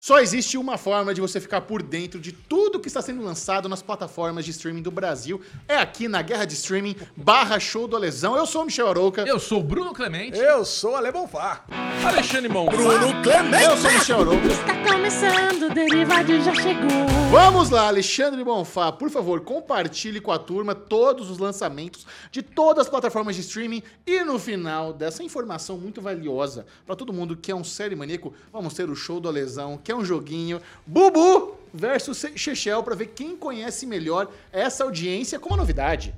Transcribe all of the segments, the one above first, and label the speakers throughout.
Speaker 1: Só existe uma forma de você ficar por dentro de tudo que está sendo lançado nas plataformas de streaming do Brasil. É aqui na Guerra de Streaming, barra show do Alesão. Eu sou o Michel Arouca.
Speaker 2: Eu sou o Bruno Clemente.
Speaker 3: Eu sou Ale Bonfá.
Speaker 2: Alexandre Mon.
Speaker 3: Bruno Clemente.
Speaker 1: Eu sou o Michel Arouca.
Speaker 4: Está começando, o Derivado já chegou.
Speaker 1: Vamos lá, Alexandre Bonfá, por favor, compartilhe com a turma todos os lançamentos de todas as plataformas de streaming e no final dessa informação muito valiosa para todo mundo que é um série maníaco, vamos ter o show do Alesão, que é um joguinho Bubu versus Che- Chechel para ver quem conhece melhor essa audiência como novidade.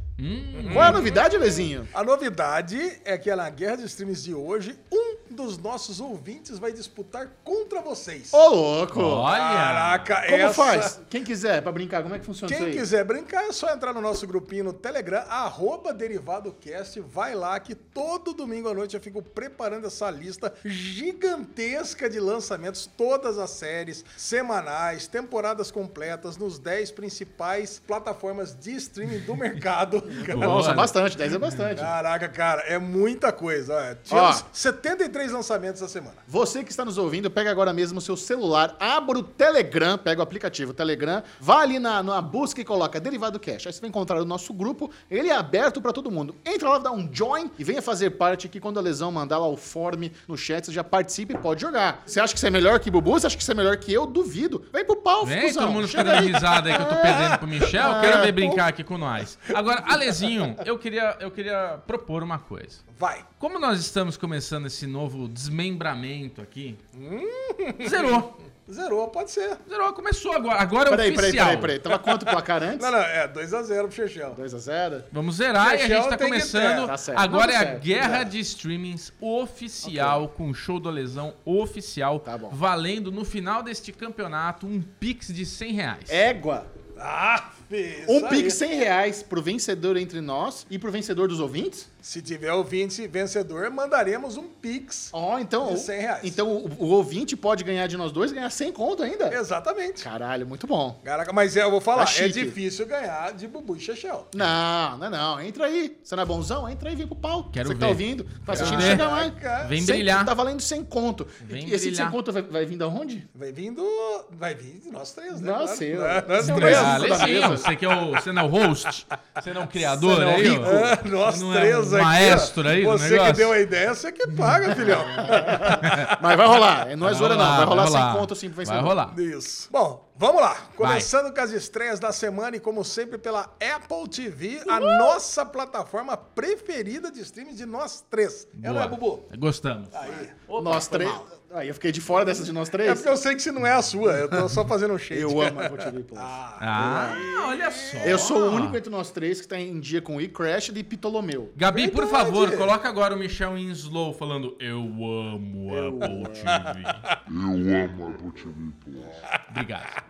Speaker 1: Qual é a novidade, Lezinho?
Speaker 3: A novidade é que na Guerra dos Streams de hoje, um dos nossos ouvintes vai disputar contra vocês.
Speaker 1: Ô, louco!
Speaker 2: Olha.
Speaker 3: Caraca,
Speaker 1: Como
Speaker 3: essa...
Speaker 1: faz? Quem quiser, pra brincar, como é que funciona isso
Speaker 3: Quem
Speaker 1: aí?
Speaker 3: quiser brincar, é só entrar no nosso grupinho no Telegram, arroba DerivadoCast, vai lá que todo domingo à noite eu fico preparando essa lista gigantesca de lançamentos, todas as séries, semanais, temporadas completas, nos 10 principais plataformas de streaming do mercado.
Speaker 1: Nossa,
Speaker 2: Bora.
Speaker 1: bastante, 10 é bastante.
Speaker 3: Caraca, cara, é muita coisa. olha. Tivemos 73 lançamentos essa semana.
Speaker 1: Você que está nos ouvindo, pega agora mesmo o seu celular, abra o Telegram, pega o aplicativo Telegram, vá ali na, na busca e coloca Derivado Cash. Aí você vai encontrar o nosso grupo, ele é aberto para todo mundo. Entra lá, dá um join e venha fazer parte aqui quando a lesão mandar lá o form no chat, você já participe e pode jogar. Você acha que você é melhor que Bubu? Você acha que você é melhor que eu? Duvido. Vem pro pau,
Speaker 2: Vem,
Speaker 1: cuzão. Ah,
Speaker 2: todo mundo
Speaker 1: Chega
Speaker 2: ficando dando
Speaker 1: aí.
Speaker 2: risada aí que eu tô perdendo pro Michel. Eu Quero ver brincar aqui com nós. Agora, Alezinho, eu queria, eu queria propor uma coisa.
Speaker 3: Vai.
Speaker 2: Como nós estamos começando esse novo desmembramento aqui,
Speaker 1: Hum.
Speaker 2: zerou.
Speaker 3: Zerou, pode ser.
Speaker 2: Zerou, começou agora. Agora é
Speaker 1: Peraí, peraí,
Speaker 2: oficial.
Speaker 1: peraí, peraí. Tava quanto o placar antes?
Speaker 3: Não, não, é 2x0 pro Chechel.
Speaker 1: 2x0?
Speaker 2: Vamos zerar e a
Speaker 3: Fechou,
Speaker 2: gente tá
Speaker 3: tem que
Speaker 2: começando.
Speaker 3: ter.
Speaker 1: Tá certo.
Speaker 2: Agora é
Speaker 1: Tá
Speaker 2: a
Speaker 1: certo,
Speaker 2: guerra de streamings oficial, com o show do Lesão oficial,
Speaker 1: Tá bom.
Speaker 2: valendo no final deste campeonato um pix de 100 reais.
Speaker 1: Égua.
Speaker 3: Ah, fez.
Speaker 1: Um pix 100 reais pro vencedor entre nós e pro vencedor dos ouvintes?
Speaker 3: Se tiver ouvinte vencedor, mandaremos um pix.
Speaker 1: Ó, então.
Speaker 3: De 100 reais.
Speaker 1: Então o, o ouvinte pode ganhar de nós dois e ganhar 100 conto ainda?
Speaker 3: Exatamente.
Speaker 1: Caralho, muito bom.
Speaker 3: Caraca, mas eu vou falar,
Speaker 1: Tá
Speaker 3: é
Speaker 1: chique.
Speaker 3: difícil ganhar de Bubu e Chechel.
Speaker 1: Não, não, é não. Entra aí. Você não é bonzão? Entra aí, vem pro pau.
Speaker 2: Quero
Speaker 1: Você que tá
Speaker 2: ver.
Speaker 1: ouvindo, tá assistindo,
Speaker 2: ver.
Speaker 1: chega mais.
Speaker 2: Vem
Speaker 1: 100
Speaker 2: brilhar.
Speaker 1: Tá valendo 100 conto.
Speaker 2: Vem
Speaker 1: e esse de 100
Speaker 2: brilhar.
Speaker 1: conto vai, vai vir da onde?
Speaker 3: Vai vindo. Vai vir de nós três, né?
Speaker 1: Nossa, eu.
Speaker 3: Nós- Nós
Speaker 1: Não,
Speaker 3: três.
Speaker 1: mas-
Speaker 2: Ah,
Speaker 1: Beleza,
Speaker 2: Lezinho,
Speaker 1: beleza.
Speaker 2: você que é o, você não é o host, você não é o criador
Speaker 1: Você não é o
Speaker 2: aí,
Speaker 1: rico.
Speaker 2: ó.
Speaker 3: Ah, Nós
Speaker 2: Não é
Speaker 3: três
Speaker 2: um
Speaker 3: aqui. ó.
Speaker 2: maestro aí do
Speaker 3: Você que
Speaker 2: negócio?
Speaker 3: deu a ideia, você que paga, filhão.
Speaker 1: Mas vai rolar. Não é zoeira, não. Vai rolar 100
Speaker 2: sem
Speaker 1: conto assim, sim pro vencedor.
Speaker 2: Vai rolar.
Speaker 3: Isso. Bom, vamos lá. Começando com as estreias da semana e, como sempre, pela Apple TV, a nossa plataforma preferida de streaming de nós três. É, não é,
Speaker 2: Boa.
Speaker 3: Bubu?
Speaker 2: Gostamos.
Speaker 1: Ah,
Speaker 3: Aí.
Speaker 1: Nós três. Aí eu fiquei de fora dessas de nós
Speaker 3: É
Speaker 1: três.
Speaker 3: porque eu sei que se não é a sua, eu tô só fazendo um shade.
Speaker 1: Eu amo a Apple TV Plus.
Speaker 2: Ah, olha só.
Speaker 1: Eu sou o único entre nós três que tá em dia com e-crash e Ptolomeu.
Speaker 2: Gabi, por
Speaker 3: Verdade.
Speaker 2: favor, coloca agora o Michel em slow falando Eu amo Apple TV.
Speaker 5: Eu amo a Apple TV Plus.
Speaker 2: Obrigado.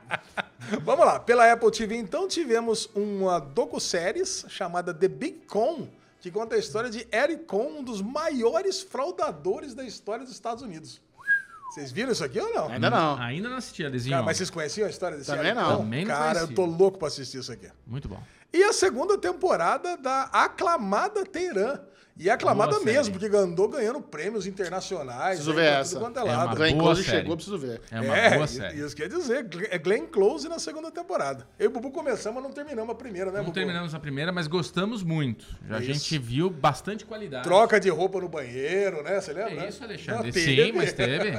Speaker 3: Vamos lá. Pela Apple TV, então, tivemos uma docu-séries chamada The Big Con, que conta a história de Eric Con, um dos maiores fraudadores da história dos Estados Unidos. Vocês viram Ah, isso aqui ou não?
Speaker 2: Hum.
Speaker 1: Ainda não.
Speaker 2: Ainda não assisti, Alezinho.
Speaker 3: Cara, mas vocês conheciam a história desse
Speaker 1: Também
Speaker 3: Eric
Speaker 1: não.
Speaker 3: Con?
Speaker 2: Também não
Speaker 3: Cara, eu
Speaker 2: conhecia.
Speaker 3: tô louco pra assistir isso aqui.
Speaker 2: Muito bom.
Speaker 3: E a segunda temporada da aclamada Teherã. E aclamada
Speaker 2: Boa
Speaker 3: mesmo,
Speaker 2: série.
Speaker 3: porque andou ganhando prêmios internacionais.
Speaker 1: Preciso
Speaker 3: aí
Speaker 1: ver
Speaker 3: pra tudo
Speaker 1: essa.
Speaker 3: quanto é
Speaker 2: É
Speaker 3: lado.
Speaker 2: uma
Speaker 1: Glenn
Speaker 2: boa
Speaker 1: Close
Speaker 2: série.
Speaker 1: chegou, preciso ver.
Speaker 2: É uma
Speaker 3: É,
Speaker 2: boa
Speaker 3: i-
Speaker 2: série.
Speaker 3: Isso quer dizer, Gl- é Glenn Close na segunda temporada. Eu e o Bubu começamos, mas não terminamos a primeira, né,
Speaker 2: Não
Speaker 3: Bubu?
Speaker 2: terminamos a primeira, mas gostamos muito. Já a
Speaker 3: Isso.
Speaker 2: gente viu bastante qualidade.
Speaker 3: Troca de roupa no banheiro, né? Você lembra?
Speaker 2: É
Speaker 3: né?
Speaker 2: isso, Alexandre. Sim,
Speaker 3: Não, teve.
Speaker 2: mas teve.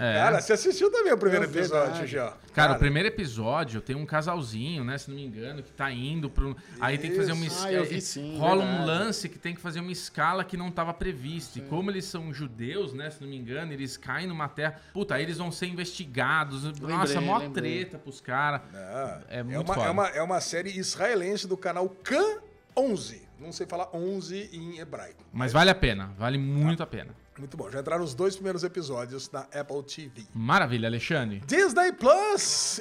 Speaker 2: É.
Speaker 3: Cara, você assistiu também o primeiro
Speaker 1: É
Speaker 3: episódio,
Speaker 1: verdade.
Speaker 3: Gio.
Speaker 2: Cara, o primeiro episódio tem um casalzinho, né? Se não me engano, que tá indo pro. Aí tem que fazer uma
Speaker 1: Isso.
Speaker 2: escala.
Speaker 1: Ah, eu vi sim,
Speaker 2: Rola um
Speaker 1: verdade.
Speaker 2: lance que tem que fazer uma escala que não tava prevista. E como eles são judeus, né? Se não me engano, eles caem numa terra. Puta, aí eles vão ser investigados. Nossa, mó
Speaker 1: lembrei.
Speaker 2: treta pros caras.
Speaker 3: Ah,
Speaker 2: É muito
Speaker 3: uma,
Speaker 2: foda.
Speaker 3: é, uma, é uma série israelense do canal Kan 11. Não sei falar 11 em hebraico.
Speaker 2: Mas vale a pena, vale muito a pena.
Speaker 3: Muito bom, já entraram os dois primeiros episódios na Apple TV.
Speaker 2: Maravilha, Alexandre.
Speaker 3: Disney Plus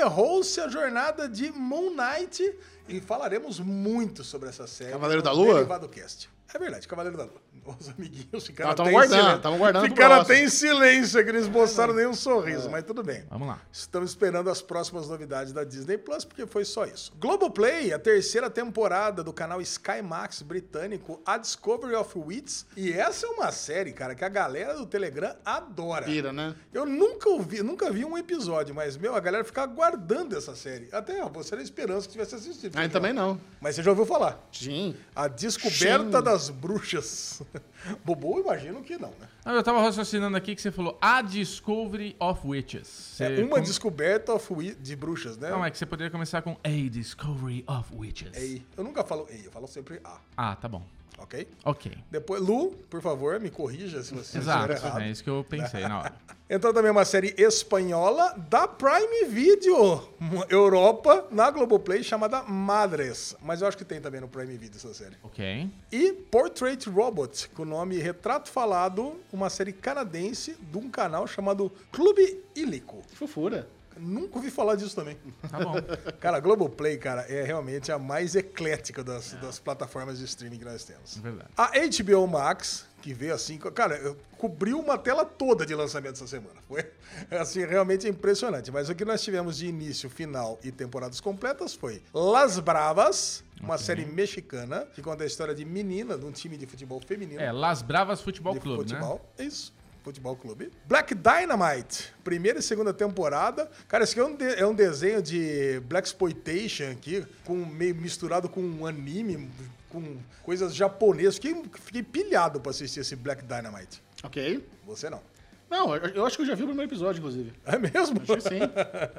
Speaker 3: encerrou-se a jornada de Moon Knight e falaremos muito sobre essa série.
Speaker 1: Cavaleiro
Speaker 3: no
Speaker 1: da Lua?
Speaker 3: Derivado Cast. É verdade, Cavaleiro da Lua. Os amiguinhos ficaram
Speaker 1: Tava- tava
Speaker 3: até
Speaker 1: Tá,
Speaker 3: em
Speaker 1: guardando,
Speaker 3: silêncio.
Speaker 1: tava guardando pro
Speaker 3: Ficaram até
Speaker 1: próximo. É.
Speaker 3: em silêncio, que eles mostraram nenhum sorriso, mas tudo bem.
Speaker 2: Vamos lá.
Speaker 3: Estamos esperando as próximas novidades da Disney Plus, porque foi só isso. Globoplay, a terceira temporada do canal Sky Max britânico A Discovery of Wits. E essa é uma série, cara, que a galera do Telegram adora.
Speaker 1: Pira, né?
Speaker 3: Eu nunca ouvi, nunca vi um episódio, mas, meu, a galera fica aguardando essa série. Até ó, você era a esperança que tivesse assistido.
Speaker 1: Aí Ah, também não.
Speaker 3: Mas você já ouviu falar.
Speaker 1: Sim.
Speaker 3: A descoberta
Speaker 1: Sim.
Speaker 3: das bruxas. Bobo, eu imagino que não, né?
Speaker 2: Ah, Eu tava raciocinando aqui que você falou A Discovery of Witches. Você
Speaker 3: É uma
Speaker 2: com-
Speaker 3: descoberta of wi- de bruxas, né?
Speaker 2: Não, é que você poderia começar com A Discovery of Witches.
Speaker 3: Ei. Eu nunca falo ei, eu falo sempre a,
Speaker 2: Ah, tá bom.
Speaker 3: ok?
Speaker 2: Ok.
Speaker 3: Depois, Lu, por favor, me corrija se você estiver
Speaker 2: Exato.
Speaker 3: errado.
Speaker 2: É isso que eu pensei na hora.
Speaker 3: Então também uma série espanhola da Prime Video Europa na Globoplay chamada Madres. Mas eu acho que tem também no Prime Video essa série.
Speaker 2: Ok.
Speaker 3: E Portrait Robot, com o nome Retrato Falado, uma série canadense de um canal chamado Clube Illico.
Speaker 1: Que fofura.
Speaker 3: Nunca ouvi falar disso também.
Speaker 2: Tá bom.
Speaker 3: Cara, a Globoplay, cara, é realmente a mais eclética das, das plataformas de streaming que nós temos.
Speaker 2: é Verdade.
Speaker 3: A HBO Max, que veio assim, co- cara, eu- cobriu uma tela toda de lançamento essa semana. Foi, assim, realmente impressionante. Mas o que nós tivemos de início, final e temporadas completas foi Las Bravas, uma série mexicana que conta a história de menina de um time de futebol feminino
Speaker 2: É, Las Bravas Futebol
Speaker 3: de
Speaker 2: Clube, né?
Speaker 3: futebol. É isso. Futebol Clube. Black Dynamite, primeira e segunda temporada. Cara, esse aqui é um, de- é um desenho de Black Exploitation aqui, com, meio misturado com um anime, com coisas japonesas. Fiquei, fiquei pilhado pra assistir esse Black Dynamite.
Speaker 1: Ok.
Speaker 3: Você não.
Speaker 1: Não, eu- eu acho que eu já vi o primeiro episódio, inclusive.
Speaker 3: É mesmo?
Speaker 1: Acho que sim.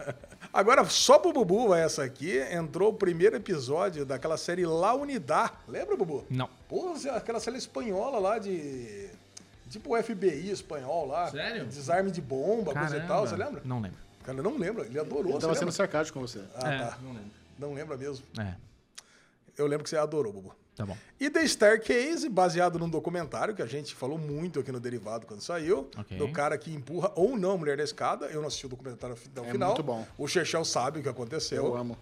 Speaker 3: Agora, só pro Bubu vai essa aqui. Entrou o primeiro episódio daquela série La Unidad. Lembra, Bubu?
Speaker 2: Não.
Speaker 3: Pô, Zé, aquela série espanhola lá de. Tipo o FBI espanhol lá.
Speaker 2: Sério?
Speaker 3: Desarme de bomba, coisa e tal,
Speaker 2: Caramba.
Speaker 3: você lembra?
Speaker 2: Não lembro.
Speaker 3: Cara, não lembra. Ele adorou.
Speaker 1: Eu
Speaker 3: Você
Speaker 1: tava
Speaker 3: lembra?
Speaker 1: sendo sarcástico com você.
Speaker 3: Ah,
Speaker 2: é,
Speaker 3: tá.
Speaker 2: não lembro.
Speaker 3: Não lembra mesmo.
Speaker 2: É,
Speaker 3: Eu lembro que você adorou, Bubu.
Speaker 2: tá bom.
Speaker 3: E The Staircase, baseado num documentário que a gente falou muito aqui no Derivado quando saiu,
Speaker 2: Ok.
Speaker 3: do cara que empurra ou não a mulher da escada. Eu não assisti o documentário até o
Speaker 1: É
Speaker 3: final.
Speaker 1: muito bom.
Speaker 3: O Chechel sabe o que aconteceu.
Speaker 1: Eu amo.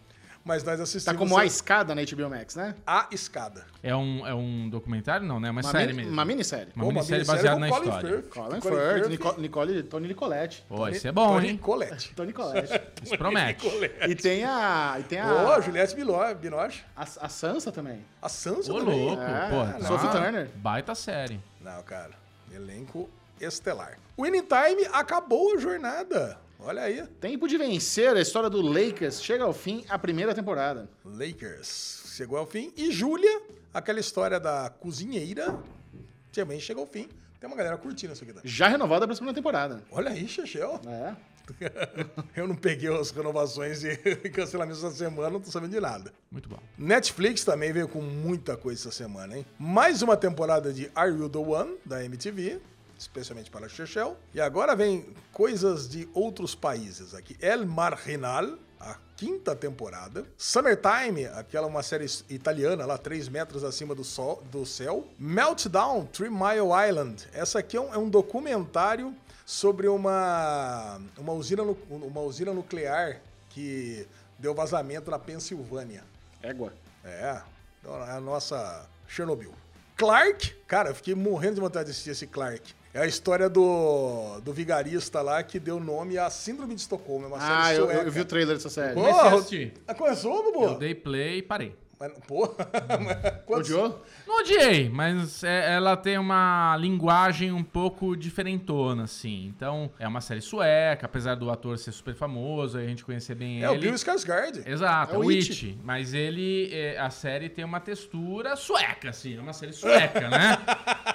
Speaker 3: Mas nós
Speaker 1: Tá
Speaker 3: assistimos
Speaker 1: como a escada na HBO Max, né?
Speaker 3: a Escada.
Speaker 2: É um, é um documentário? Não, né? É uma,
Speaker 1: Uma,
Speaker 2: série
Speaker 1: mini-
Speaker 2: mesmo.
Speaker 1: uma minissérie.
Speaker 2: Uma
Speaker 3: Pô,
Speaker 2: minissérie
Speaker 3: minissérie
Speaker 2: baseada
Speaker 3: com
Speaker 2: na
Speaker 3: Colin
Speaker 2: história.
Speaker 3: Firth,
Speaker 1: Colin
Speaker 3: Colin
Speaker 1: Firth,
Speaker 3: Firth,
Speaker 1: Nico, Nicole, Tony Nicoletti.
Speaker 2: Pô, isso é bom,
Speaker 3: Toni
Speaker 2: hein?
Speaker 3: Collette.
Speaker 1: Tony Nicoletti.
Speaker 2: Isso promete.
Speaker 1: e tem a. E tem a,
Speaker 3: Pô, Juliette Binoche, Binoche.
Speaker 1: a, a Sansa também.
Speaker 3: A Sansa
Speaker 2: Ô,
Speaker 3: também.
Speaker 2: louco.
Speaker 1: É,
Speaker 2: Pô,
Speaker 1: Sophie
Speaker 2: tá-
Speaker 1: Turner.
Speaker 2: Baita série.
Speaker 3: Não, cara. Elenco estelar. O Anytime acabou a jornada. Olha aí.
Speaker 1: Tempo de vencer a história do Lakers. Chega ao fim a primeira temporada.
Speaker 3: Lakers chegou ao fim. E Júlia, aquela história da cozinheira, também chegou ao fim. Tem uma galera curtindo isso aqui também.
Speaker 1: Já renovada pra segunda temporada.
Speaker 3: Olha aí, Chechel.
Speaker 1: É.
Speaker 3: Eu não peguei as renovações e cancelamentos essa semana, não tô sabendo de nada.
Speaker 2: Muito bom.
Speaker 3: Netflix também veio com muita coisa essa semana, hein? Mais uma temporada de Are You The One, da MTV, especialmente para Chechel. E agora vem coisas de outros países aqui. El Mar Renal, a quinta temporada. Summertime, aquela uma série italiana lá, 3 metros acima do, sol, do céu. Meltdown, Three Mile Island. Essa aqui é um, é um documentário sobre uma, uma, usina, nu- uma usina nuclear que deu vazamento na Pensilvânia.
Speaker 1: Égua.
Speaker 3: É, então é a nossa Chernobyl. Clark, cara, eu fiquei morrendo de vontade de assistir esse Clark. É a história do, do vigarista lá que deu nome à Síndrome de Estocolmo. É uma
Speaker 1: Ah,
Speaker 3: série
Speaker 1: eu,
Speaker 3: sueca.
Speaker 1: eu vi o trailer dessa série.
Speaker 3: Pô,
Speaker 2: Comecei a assistir.
Speaker 3: Ah, Começou, Bubu?
Speaker 2: Eu dei Hum. play e parei.
Speaker 3: Mas, pô, mas quantos-
Speaker 1: Odiou?
Speaker 2: Não odiei, mas é- ela tem uma linguagem um pouco diferentona, assim. Então, é uma série sueca, apesar do ator ser super famoso, aí a gente conhecer bem
Speaker 3: É
Speaker 2: ele.
Speaker 3: o Bill Skarsgård.
Speaker 2: Exato,
Speaker 1: É
Speaker 2: é
Speaker 1: o
Speaker 2: o
Speaker 1: It.
Speaker 2: It. Mas ele, é, a série tem uma textura sueca, assim. É uma série sueca, né?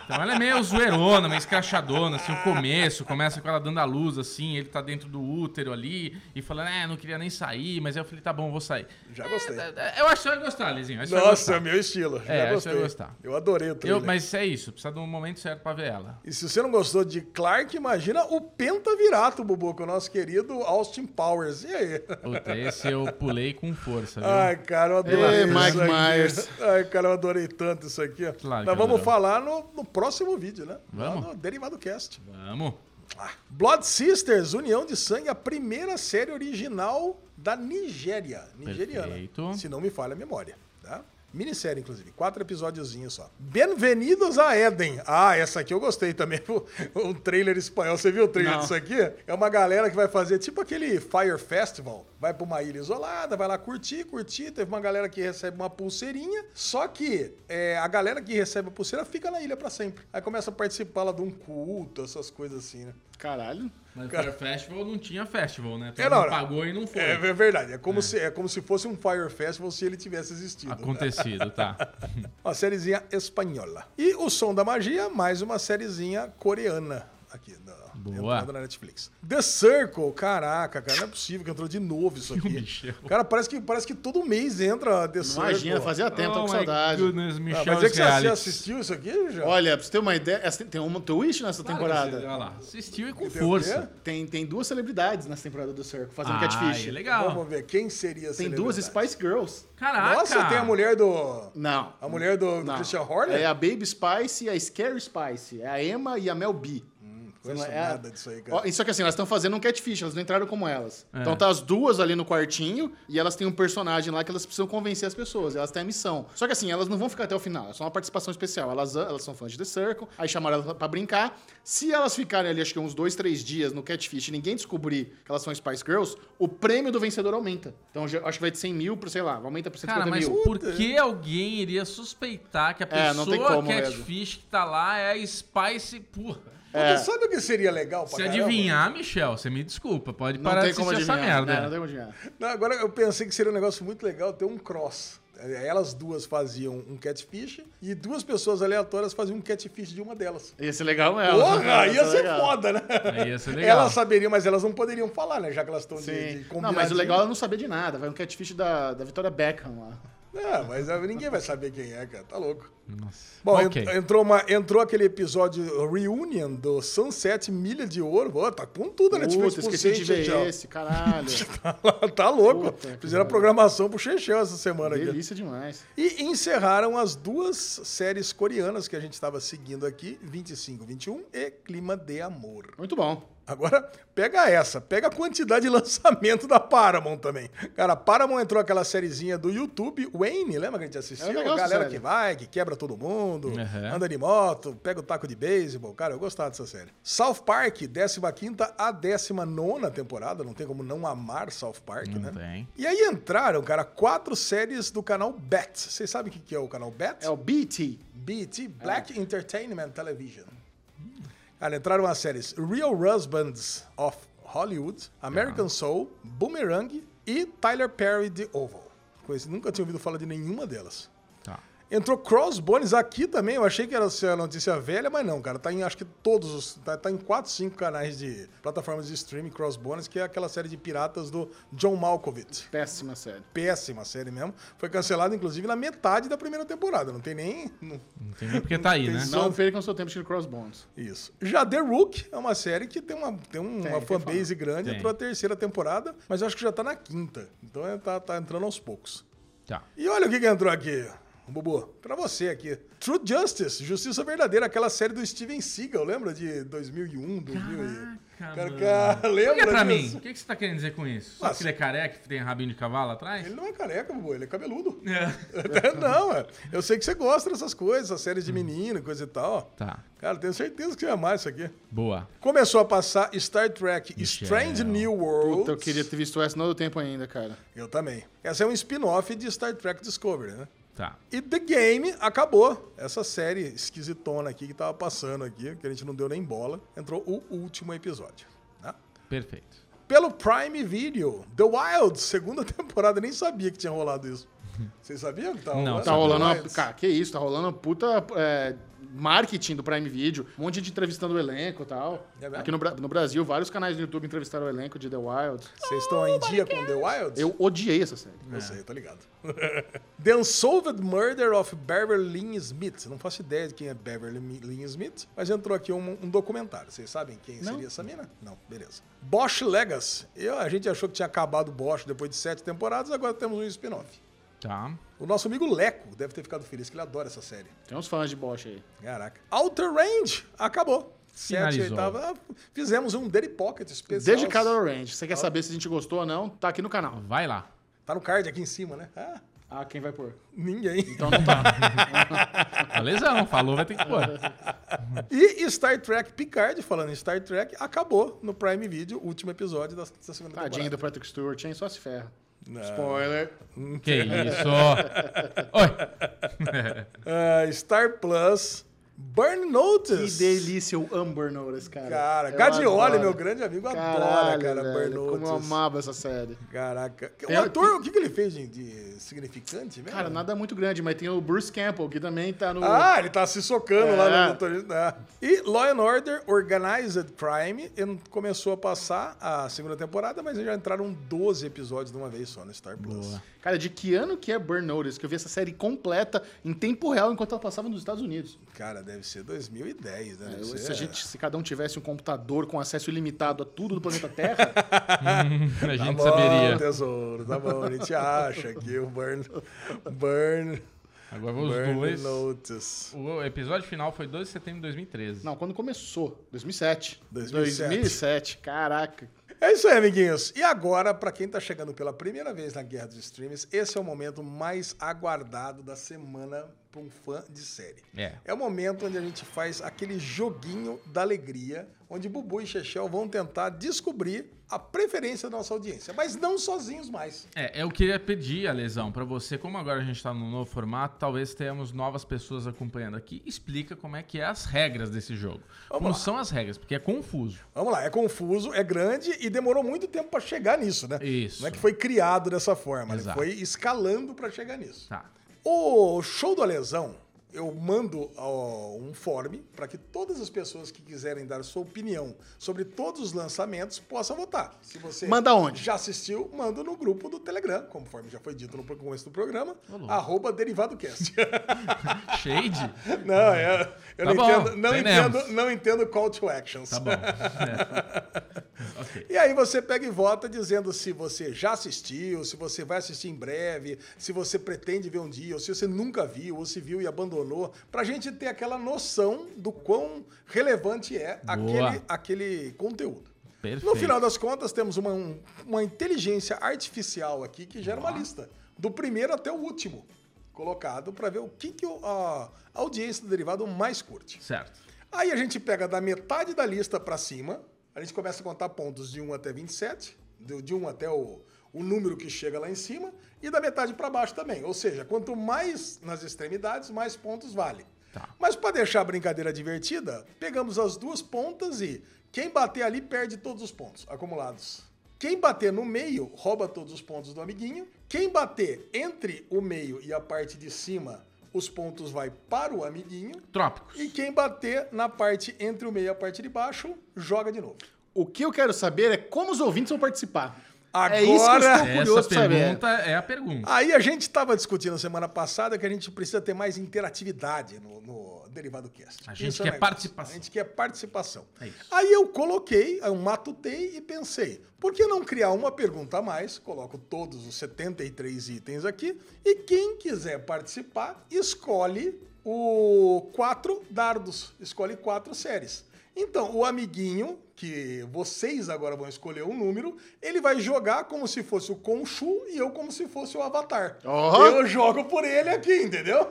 Speaker 2: Então ela é meio zoeirona, meio escrachadona, assim, o começo. Começa com ela dando a luz, assim. Ele tá dentro do útero ali e falando, é, não queria nem sair. Mas aí eu falei, tá bom, eu vou sair.
Speaker 3: Já gostei.
Speaker 2: É, é, eu acho que você vai gostar, Lizinho. acho que você vai
Speaker 3: Nossa, é
Speaker 2: gostar.
Speaker 3: meu estilo.
Speaker 2: É,
Speaker 3: Já
Speaker 2: você
Speaker 3: gostei.
Speaker 2: vai gostar.
Speaker 3: Eu adorei o
Speaker 2: Eu,
Speaker 3: trailer.
Speaker 2: mas é isso, precisa de um momento certo pra ver ela.
Speaker 3: E se você não gostou de Clark, imagina o Pentavirato, Bubu, com o nosso querido Austin Powers. E aí?
Speaker 2: Puta, esse eu pulei com força, viu?
Speaker 3: Ai, cara, eu adorei
Speaker 1: Ei,
Speaker 3: isso
Speaker 1: Mike
Speaker 3: aqui.
Speaker 1: Myers.
Speaker 3: Ai, cara, eu adorei tanto isso aqui. ó.
Speaker 2: Claro que
Speaker 3: Nós vamos
Speaker 2: adorou.
Speaker 3: falar no, no próximo vídeo, né?
Speaker 2: Vamos.
Speaker 3: Lá no Derivado Cast.
Speaker 2: Vamos.
Speaker 3: Ah. Blood Sisters, União de Sangue, a primeira série original da Nigéria. Nigeriana.
Speaker 2: Perfeito.
Speaker 3: Se não me falha a memória. Tá? Minissérie, inclusive. Quatro episódiozinhos só. Benvenidos a Eden. Ah, essa aqui eu gostei também. Um trailer espanhol. Você viu o trailer
Speaker 1: Não.
Speaker 3: disso aqui? É uma galera que vai fazer tipo aquele Fire Festival. Vai pra uma ilha isolada, vai lá curtir, curtir. Teve uma galera que recebe uma pulseirinha. Só que é, a galera que recebe a pulseira fica na ilha pra sempre. Aí começa a participar lá de um culto, essas coisas assim, né?
Speaker 1: Caralho.
Speaker 2: Mas o
Speaker 3: Cara-
Speaker 2: Fire Festival não tinha festival, né? Todo
Speaker 3: É, não,
Speaker 2: mundo
Speaker 3: não.
Speaker 2: pagou e não foi.
Speaker 3: É, é verdade. É como, Se, é como se fosse um Fire Festival se ele tivesse existido.
Speaker 2: Acontecido, tá.
Speaker 3: Uma sériezinha espanhola. E O Som da Magia, mais uma sériezinha coreana. Aqui, na,
Speaker 2: Boa.
Speaker 3: entrando na Netflix. The Circle, caraca, cara, não é possível que entrou de novo isso aqui.
Speaker 2: Michel.
Speaker 3: Cara, parece que, parece que todo mês entra The Circle.
Speaker 1: Imagina, fazia tempo, tô com saudade.
Speaker 2: Oh goodness,
Speaker 3: Ah,
Speaker 2: Michel
Speaker 3: mas é que você
Speaker 2: Reality.
Speaker 3: assistiu isso aqui, já?
Speaker 1: Olha, pra você ter uma ideia, essa- tem uma twist nessa
Speaker 2: Claro que você-
Speaker 1: temporada.
Speaker 2: Olha lá, assistiu e com
Speaker 3: Entendeu o
Speaker 2: força.
Speaker 3: quê?
Speaker 1: Tem, tem duas celebridades nessa temporada do Circo fazendo
Speaker 2: Ah,
Speaker 1: catfish.
Speaker 2: é legal.
Speaker 3: Vamos ver, quem seria a
Speaker 1: Tem duas
Speaker 3: celebridade?
Speaker 1: Spice Girls.
Speaker 2: Caraca.
Speaker 3: Nossa, tem a mulher do...
Speaker 1: Não.
Speaker 3: A mulher do
Speaker 1: Não.
Speaker 3: Christian Horner?
Speaker 1: É a Baby Spice e a Scary Spice. É a Emma e a Mel B.
Speaker 3: Não Hum, conheço
Speaker 1: é a-
Speaker 3: nada disso aí, cara.
Speaker 1: Ó, e Só que assim, elas estão fazendo um catfish, elas não entraram como elas.
Speaker 2: É.
Speaker 1: Então tá as duas ali no quartinho e elas têm um personagem lá que elas precisam convencer as pessoas, elas têm a missão. Só que assim, elas não vão ficar até o final, é só uma participação especial. Elas, elas são fãs de The Circle, aí chamaram elas pra brincar. Se elas ficarem ali, acho que uns dois, três dias no catfish e ninguém descobrir que elas são Spice Girls, o prêmio do vencedor aumenta. Então já- acho que vai de 100 mil pra, sei lá, aumenta pra 150
Speaker 2: Cara, mas
Speaker 1: mil.
Speaker 2: por que alguém iria suspeitar que a
Speaker 1: É, não
Speaker 2: pessoa
Speaker 1: tem como mesmo.
Speaker 2: catfish que tá lá é a Spice... Porra.
Speaker 1: É,
Speaker 3: Puta, Sabe o que seria legal pra
Speaker 2: Se
Speaker 3: caramba?
Speaker 2: adivinhar, Michel, você me desculpa. Pode
Speaker 1: Não
Speaker 2: parar de
Speaker 1: tem como
Speaker 2: assistir essa
Speaker 1: adivinhar.
Speaker 2: merda.
Speaker 1: É, não tem como adivinhar.
Speaker 3: Não, agora eu pensei que seria um negócio muito legal ter um cross. É, Elas duas faziam um catfish e duas pessoas aleatórias faziam um catfish de uma delas.
Speaker 1: Ia ser legal mesmo.
Speaker 3: Porra, ia ser
Speaker 1: tá legal.
Speaker 3: foda, né?
Speaker 2: Aí ia ser legal.
Speaker 3: Elas saberiam, mas elas não poderiam falar, né? Já que elas estão de, de
Speaker 1: Sim. Não, mas o
Speaker 3: combinadinho.
Speaker 1: legal é ela não saber de nada. Vai um catfish da, da Vitória Beckham lá.
Speaker 3: Não, mas ah, ninguém vai saber quem é, cara. Tá louco.
Speaker 2: Nossa.
Speaker 3: Bom,
Speaker 2: Ok.
Speaker 3: ent- entrou, uma- entrou aquele episódio Reunion do Sunset Milha de Ouro. Pô, tá com tudo na Netflix.
Speaker 1: Puta,
Speaker 3: por
Speaker 1: esqueci de
Speaker 3: cento,
Speaker 1: ver
Speaker 3: gente, ó.
Speaker 1: esse, caralho.
Speaker 3: tá louco.
Speaker 1: Puta que
Speaker 3: Fizeram a
Speaker 1: pariu.
Speaker 3: programação pro Chechel essa semana aqui.
Speaker 1: Delícia demais.
Speaker 3: E encerraram as duas séries coreanas que a gente estava seguindo aqui, 25, 21 e Clima de Amor.
Speaker 1: Muito bom.
Speaker 3: Agora, pega essa, pega a quantidade de lançamento da Paramount também. Cara, a Paramount entrou aquela sériezinha do YouTube, Wayne, lembra que a gente assistiu?
Speaker 1: Era legal essa
Speaker 3: galera
Speaker 1: série.
Speaker 3: que vai, que quebra todo mundo,
Speaker 2: Uhum.
Speaker 3: anda de moto, pega o taco de beisebol. Cara, eu gostava dessa série. South Park, 15ª a 19ª temporada, não tem como não amar South Park, né?
Speaker 2: É, Não tem.
Speaker 3: E aí entraram, cara, quatro séries do canal BET. Vocês sabem o que que é o canal BET?
Speaker 1: É o É. BT.
Speaker 3: BET, Black Entertainment Television. Cara, entraram as séries Real Husbands of Hollywood, American
Speaker 1: Ah.
Speaker 3: Soul, Boomerang e Tyler Perry The Oval. Coisa, nunca tinha ouvido falar de nenhuma delas.
Speaker 2: Tá.
Speaker 3: Entrou Crossbones aqui também, eu achei que era assim, a notícia velha, mas não, cara, tá em acho que todos os, tá, tá em 4, 5 canais de plataformas de streaming Crossbones, que é aquela série de piratas do John Malkovich
Speaker 1: Péssima série.
Speaker 3: péssima série mesmo. Foi cancelada, inclusive, na metade da primeira temporada. Não tem nem. não-
Speaker 2: Não tem nem porque tá aí,
Speaker 3: Tem
Speaker 2: né?
Speaker 3: só-
Speaker 1: Não percam seu tempo de Crossbones.
Speaker 3: Isso. Já The Rook é uma série que tem uma, tem um-
Speaker 1: Tem,
Speaker 3: uma
Speaker 1: tem
Speaker 3: fanbase grande.
Speaker 2: Tem.
Speaker 3: Entrou a terceira temporada, mas eu acho que já tá na quinta. Então é, tá, tá entrando aos poucos.
Speaker 2: Tá.
Speaker 3: E olha o que, que entrou aqui. Bubu, pra você aqui. True Justice, Justiça Verdadeira, aquela série do Steven Seagal, lembra de 2001, 2000 um, e... Cara,
Speaker 2: mano.
Speaker 3: cara, lembra
Speaker 2: Por que pra mim?
Speaker 3: disso?
Speaker 2: O que, que você tá querendo dizer com isso? Só
Speaker 3: Nossa.
Speaker 2: que ele é careca, que tem rabinho de cavalo atrás?
Speaker 3: Ele não é careca, Bubu, ele é cabeludo.
Speaker 2: É.
Speaker 3: não, é. eu sei que você gosta dessas coisas, essas séries
Speaker 2: Hum.
Speaker 3: de menino, coisa e tal.
Speaker 2: Tá.
Speaker 3: Cara, tenho certeza que você ia amar isso aqui.
Speaker 2: Boa.
Speaker 3: Começou a passar Star Trek
Speaker 2: Michel.
Speaker 3: Strange New Worlds.
Speaker 1: Puta, Então, eu queria ter visto essa não deu tempo ainda, cara.
Speaker 3: Eu também. Essa é um spin-off de Star Trek Discovery, né?
Speaker 2: Tá.
Speaker 3: E The Game acabou. Essa série esquisitona aqui que tava passando aqui, que a gente não deu nem bola. Entrou o último episódio. né?
Speaker 2: Perfeito.
Speaker 3: Pelo Prime Video, The Wilds, segunda temporada. Eu nem sabia que tinha rolado isso. Vocês sabiam que tava
Speaker 2: Não,
Speaker 3: rolando?
Speaker 1: Tá rolando
Speaker 3: The
Speaker 1: uma.
Speaker 3: Wilds?
Speaker 1: Cara, que isso, tá rolando uma puta. é, Marketing do Prime Video, um monte de gente entrevistando o elenco e tal.
Speaker 3: É mesmo?
Speaker 1: Aqui no, Bra- no Brasil, vários canais do YouTube entrevistaram o elenco de The Wild.
Speaker 3: Vocês estão em dia com The Wilds?
Speaker 1: Eu odiei essa série.
Speaker 3: Eu sei, tá ligado. The Unsolved Murder of Beverly Smith. Não faço ideia de quem é Beverly Lynn Smith, mas entrou aqui um, um documentário. Vocês sabem quem seria essa mina? Não, beleza. Bosch Legacy. Eu, a gente achou que tinha acabado o Bosch depois de sete temporadas, agora temos um spin-off.
Speaker 2: Tá.
Speaker 3: O nosso amigo Leco deve ter ficado feliz, que ele adora essa série.
Speaker 1: Tem uns fãs de Bosch aí.
Speaker 3: Caraca. Outer Range. Acabou. Sete,
Speaker 2: Finalizou.
Speaker 3: oitava. ah, Fizemos um Daily Pocket especial.
Speaker 1: Dedicado ao Range. Você quer saber se a gente gostou ou não? Tá aqui no canal.
Speaker 2: Vai lá.
Speaker 3: Tá no card aqui em cima, né? Ah,
Speaker 1: Ah, quem vai pôr?
Speaker 3: Ninguém.
Speaker 1: Então não tá.
Speaker 2: A lesão, falou, vai ter que pôr.
Speaker 3: E Star Trek Picard, falando em Star Trek, acabou no Prime Video, último episódio da, da segunda
Speaker 1: Tadinho
Speaker 3: temporada.
Speaker 1: do Patrick Stewart, hein? Só se ferra. Spoiler.
Speaker 2: Que isso. Oi.
Speaker 3: Ah, Star Plus, Burn Notice.
Speaker 1: Que delícia o Amber Notice, cara.
Speaker 3: Cara,
Speaker 1: Eu
Speaker 3: Gadioli,
Speaker 1: adoro.
Speaker 3: meu grande amigo, adora,
Speaker 1: Caralho,
Speaker 3: cara, Burn
Speaker 1: velho, Como eu
Speaker 3: Notice.
Speaker 1: amava essa série.
Speaker 3: Caraca.
Speaker 1: Tem- um
Speaker 3: o ator, o que, que ele fez de, de significante, velho?
Speaker 1: Cara, nada muito grande, mas tem o Bruce Campbell, que também tá no.
Speaker 3: Ah, ele tá se socando lá
Speaker 1: É.
Speaker 3: no motorista. Ah. E Law and Order Organized Crime em- começou a passar a segunda temporada, mas já entraram 12 episódios de uma vez só no Star Plus.
Speaker 1: Cara, de que ano que é Burn Notice? Que eu vi essa série completa em tempo real enquanto ela passava nos Estados Unidos.
Speaker 3: Cara, deve ser 2010, né? Deve
Speaker 1: Eu-
Speaker 3: ser-
Speaker 1: se, a gente, se cada um tivesse um computador com acesso ilimitado a tudo do planeta Terra,
Speaker 2: A
Speaker 3: Tá
Speaker 2: gente
Speaker 3: bom,
Speaker 2: saberia.
Speaker 3: tesouro, tá bom. A gente acha que o Burn... Burn...
Speaker 2: Agora vão os
Speaker 3: burn
Speaker 2: dois.
Speaker 3: Notice.
Speaker 2: O episódio final foi 2 de setembro de 2013.
Speaker 1: Não, quando começou? 2007.
Speaker 3: 2007.
Speaker 1: 2007, caraca.
Speaker 3: É isso aí, amiguinhos. E agora, pra quem tá chegando pela primeira vez na Guerra dos Streams, esse é o momento mais aguardado da semana pra um fã de série.
Speaker 2: É.
Speaker 3: É o momento onde a gente faz aquele joguinho da alegria, onde Bubu e Chechel vão tentar descobrir a preferência da nossa audiência, mas não sozinhos mais.
Speaker 2: É, eu queria pedir a lesão pra você, como agora a gente tá num novo formato, talvez tenhamos novas pessoas acompanhando aqui. Explica como é que é as regras desse jogo.
Speaker 3: Vamos
Speaker 2: como
Speaker 3: lá.
Speaker 2: são as regras, porque é confuso.
Speaker 3: Vamos lá, é confuso, é grande e demorou muito tempo pra chegar nisso, né?
Speaker 2: Isso.
Speaker 3: Não é que foi criado dessa forma, ele
Speaker 2: Exato.
Speaker 3: foi escalando pra chegar nisso.
Speaker 2: Tá.
Speaker 3: O show do Alesão, eu mando ó, um form para que todas as pessoas que quiserem dar sua opinião sobre todos os lançamentos possam votar. Se você
Speaker 1: Manda onde?
Speaker 3: já assistiu, manda no grupo do Telegram, conforme já foi dito no começo do programa, arroba derivadocast.
Speaker 2: Shade?
Speaker 3: não, eu, eu
Speaker 2: Tá
Speaker 3: não,
Speaker 2: bom,
Speaker 3: entendo, não,
Speaker 2: entendemos.
Speaker 3: entendo, não entendo call to actions.
Speaker 2: Tá bom. É. Ok.
Speaker 3: E aí você pega e vota dizendo se você já assistiu, se você vai assistir em breve, se você pretende ver um dia, ou se você nunca viu, ou se viu e abandonou, pra gente ter aquela noção do quão relevante é
Speaker 2: Boa.
Speaker 3: aquele, aquele conteúdo.
Speaker 2: Perfeito.
Speaker 3: No final das contas, temos uma, um- uma inteligência artificial aqui que gera uma lista, do primeiro até o último colocado, pra ver o que, que o- a audiência do derivado mais curte.
Speaker 2: Certo.
Speaker 3: Aí a gente pega da metade da lista pra cima, a gente começa a contar pontos de 1 até 27, de, de 1 até o, o número que chega lá em cima, e da metade pra baixo também. Ou seja, quanto mais nas extremidades, mais pontos vale.
Speaker 2: Tá.
Speaker 3: Mas pra deixar a brincadeira divertida, pegamos as duas pontas e quem bater ali perde todos os pontos acumulados. Quem bater no meio rouba todos os pontos do amiguinho. Quem bater entre o meio e a parte de cima, os pontos vai para o amiguinho.
Speaker 2: Trópicos.
Speaker 3: E quem bater na parte entre o meio e a parte de baixo, joga de novo.
Speaker 1: O que eu quero saber é como os ouvintes vão participar.
Speaker 3: Agora-
Speaker 1: é isso que eu estou
Speaker 2: Essa
Speaker 1: curioso pra saber.
Speaker 2: pergunta é a pergunta.
Speaker 3: Aí a gente estava discutindo semana passada que a gente precisa ter mais interatividade no, no Derivado Cast.
Speaker 2: A gente
Speaker 3: é
Speaker 2: quer
Speaker 3: o negócio.
Speaker 2: participação.
Speaker 3: A gente quer participação.
Speaker 2: É isso.
Speaker 3: Aí eu coloquei, eu matutei e pensei, por que não criar uma pergunta a mais? Coloco todos os 73 itens aqui e quem quiser participar, escolhe o quatro dardos, escolhe quatro séries. Então, o amiguinho, que vocês agora vão escolher um número, ele vai jogar como se fosse o Conchu e eu como se fosse o Avatar.
Speaker 1: Ó.
Speaker 3: Eu jogo por ele aqui, entendeu?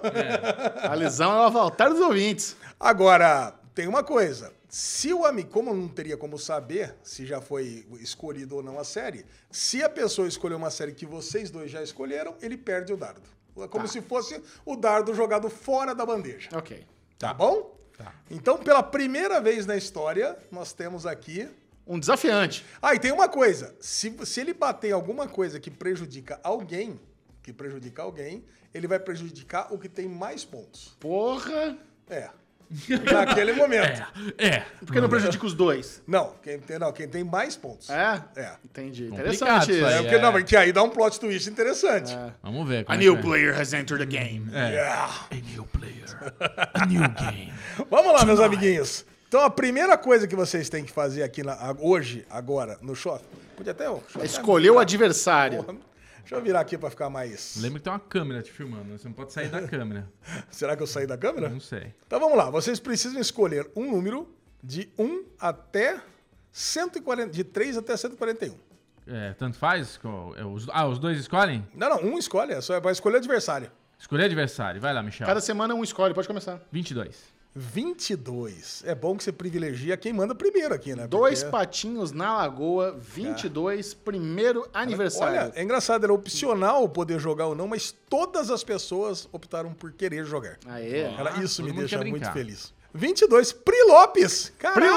Speaker 1: A lesão é o avaltar dos ouvintes.
Speaker 3: Agora, tem uma coisa. Se o amigo, como eu não teria como saber se já foi escolhido ou não a série, se a pessoa escolheu uma série que vocês dois já escolheram, ele perde o dardo. É como se fosse o dardo jogado fora da bandeja.
Speaker 1: Ok.
Speaker 3: Tá bom?
Speaker 2: Tá.
Speaker 3: Então, pela primeira vez na história, nós temos aqui
Speaker 1: Um desafiante.
Speaker 3: ah, e tem uma coisa. Se, se ele bater em alguma coisa que prejudica alguém, que prejudica alguém, ele vai prejudicar o que tem mais pontos.
Speaker 1: Porra.
Speaker 3: É. Naquele momento.
Speaker 2: É.
Speaker 1: Porque não prejudica os dois.
Speaker 3: Não, quem tem, não, quem tem mais pontos.
Speaker 1: É?
Speaker 3: É.
Speaker 1: Entendi.
Speaker 2: Complicado
Speaker 1: Interessante
Speaker 2: isso
Speaker 1: isso.
Speaker 2: aí,
Speaker 3: É, porque,
Speaker 2: é.
Speaker 3: Não, porque aí dá um plot twist interessante.
Speaker 2: Vamos ver.
Speaker 1: A
Speaker 2: como é
Speaker 1: new
Speaker 2: que é.
Speaker 1: player has entered the game.
Speaker 2: A new player. A new game.
Speaker 3: É. Vamos lá, meus amiguinhos. Então, a primeira coisa que vocês têm que fazer aqui na- a- hoje, agora, no shopping, podia até...
Speaker 2: É.
Speaker 3: deixa eu
Speaker 1: Escolheu o
Speaker 3: virar-
Speaker 1: adversário.
Speaker 3: Deixa eu virar aqui pra ficar mais...
Speaker 2: Lembra que tem uma câmera te filmando. né? Você não pode sair da câmera.
Speaker 3: Será que eu saí da câmera?
Speaker 2: Não sei.
Speaker 3: Então vamos lá, vocês precisam escolher um um. número de 1 até 140, de 3 até 141.
Speaker 2: É, tanto faz? Qual- é, os- Ah, os dois escolhem?
Speaker 3: Não, não, um escolhe, é só é pra escolher o adversário.
Speaker 2: Escolher adversário. Vai lá, Michel.
Speaker 1: Cada semana um escolhe, pode começar.
Speaker 2: 22.
Speaker 3: 22. É bom que você privilegia quem manda primeiro aqui, né?
Speaker 1: Dois
Speaker 3: Porque-
Speaker 1: patinhos na lagoa, 22, primeiro aniversário.
Speaker 3: Olha, é engraçado, era opcional poder jogar ou não, mas todas as pessoas optaram por querer jogar.
Speaker 1: Aê.
Speaker 3: Cara, isso
Speaker 2: todo
Speaker 3: me
Speaker 2: mundo
Speaker 3: deixa
Speaker 2: quer
Speaker 3: muito
Speaker 2: brincar.
Speaker 3: feliz. 22, Pri Lopes! Caraca,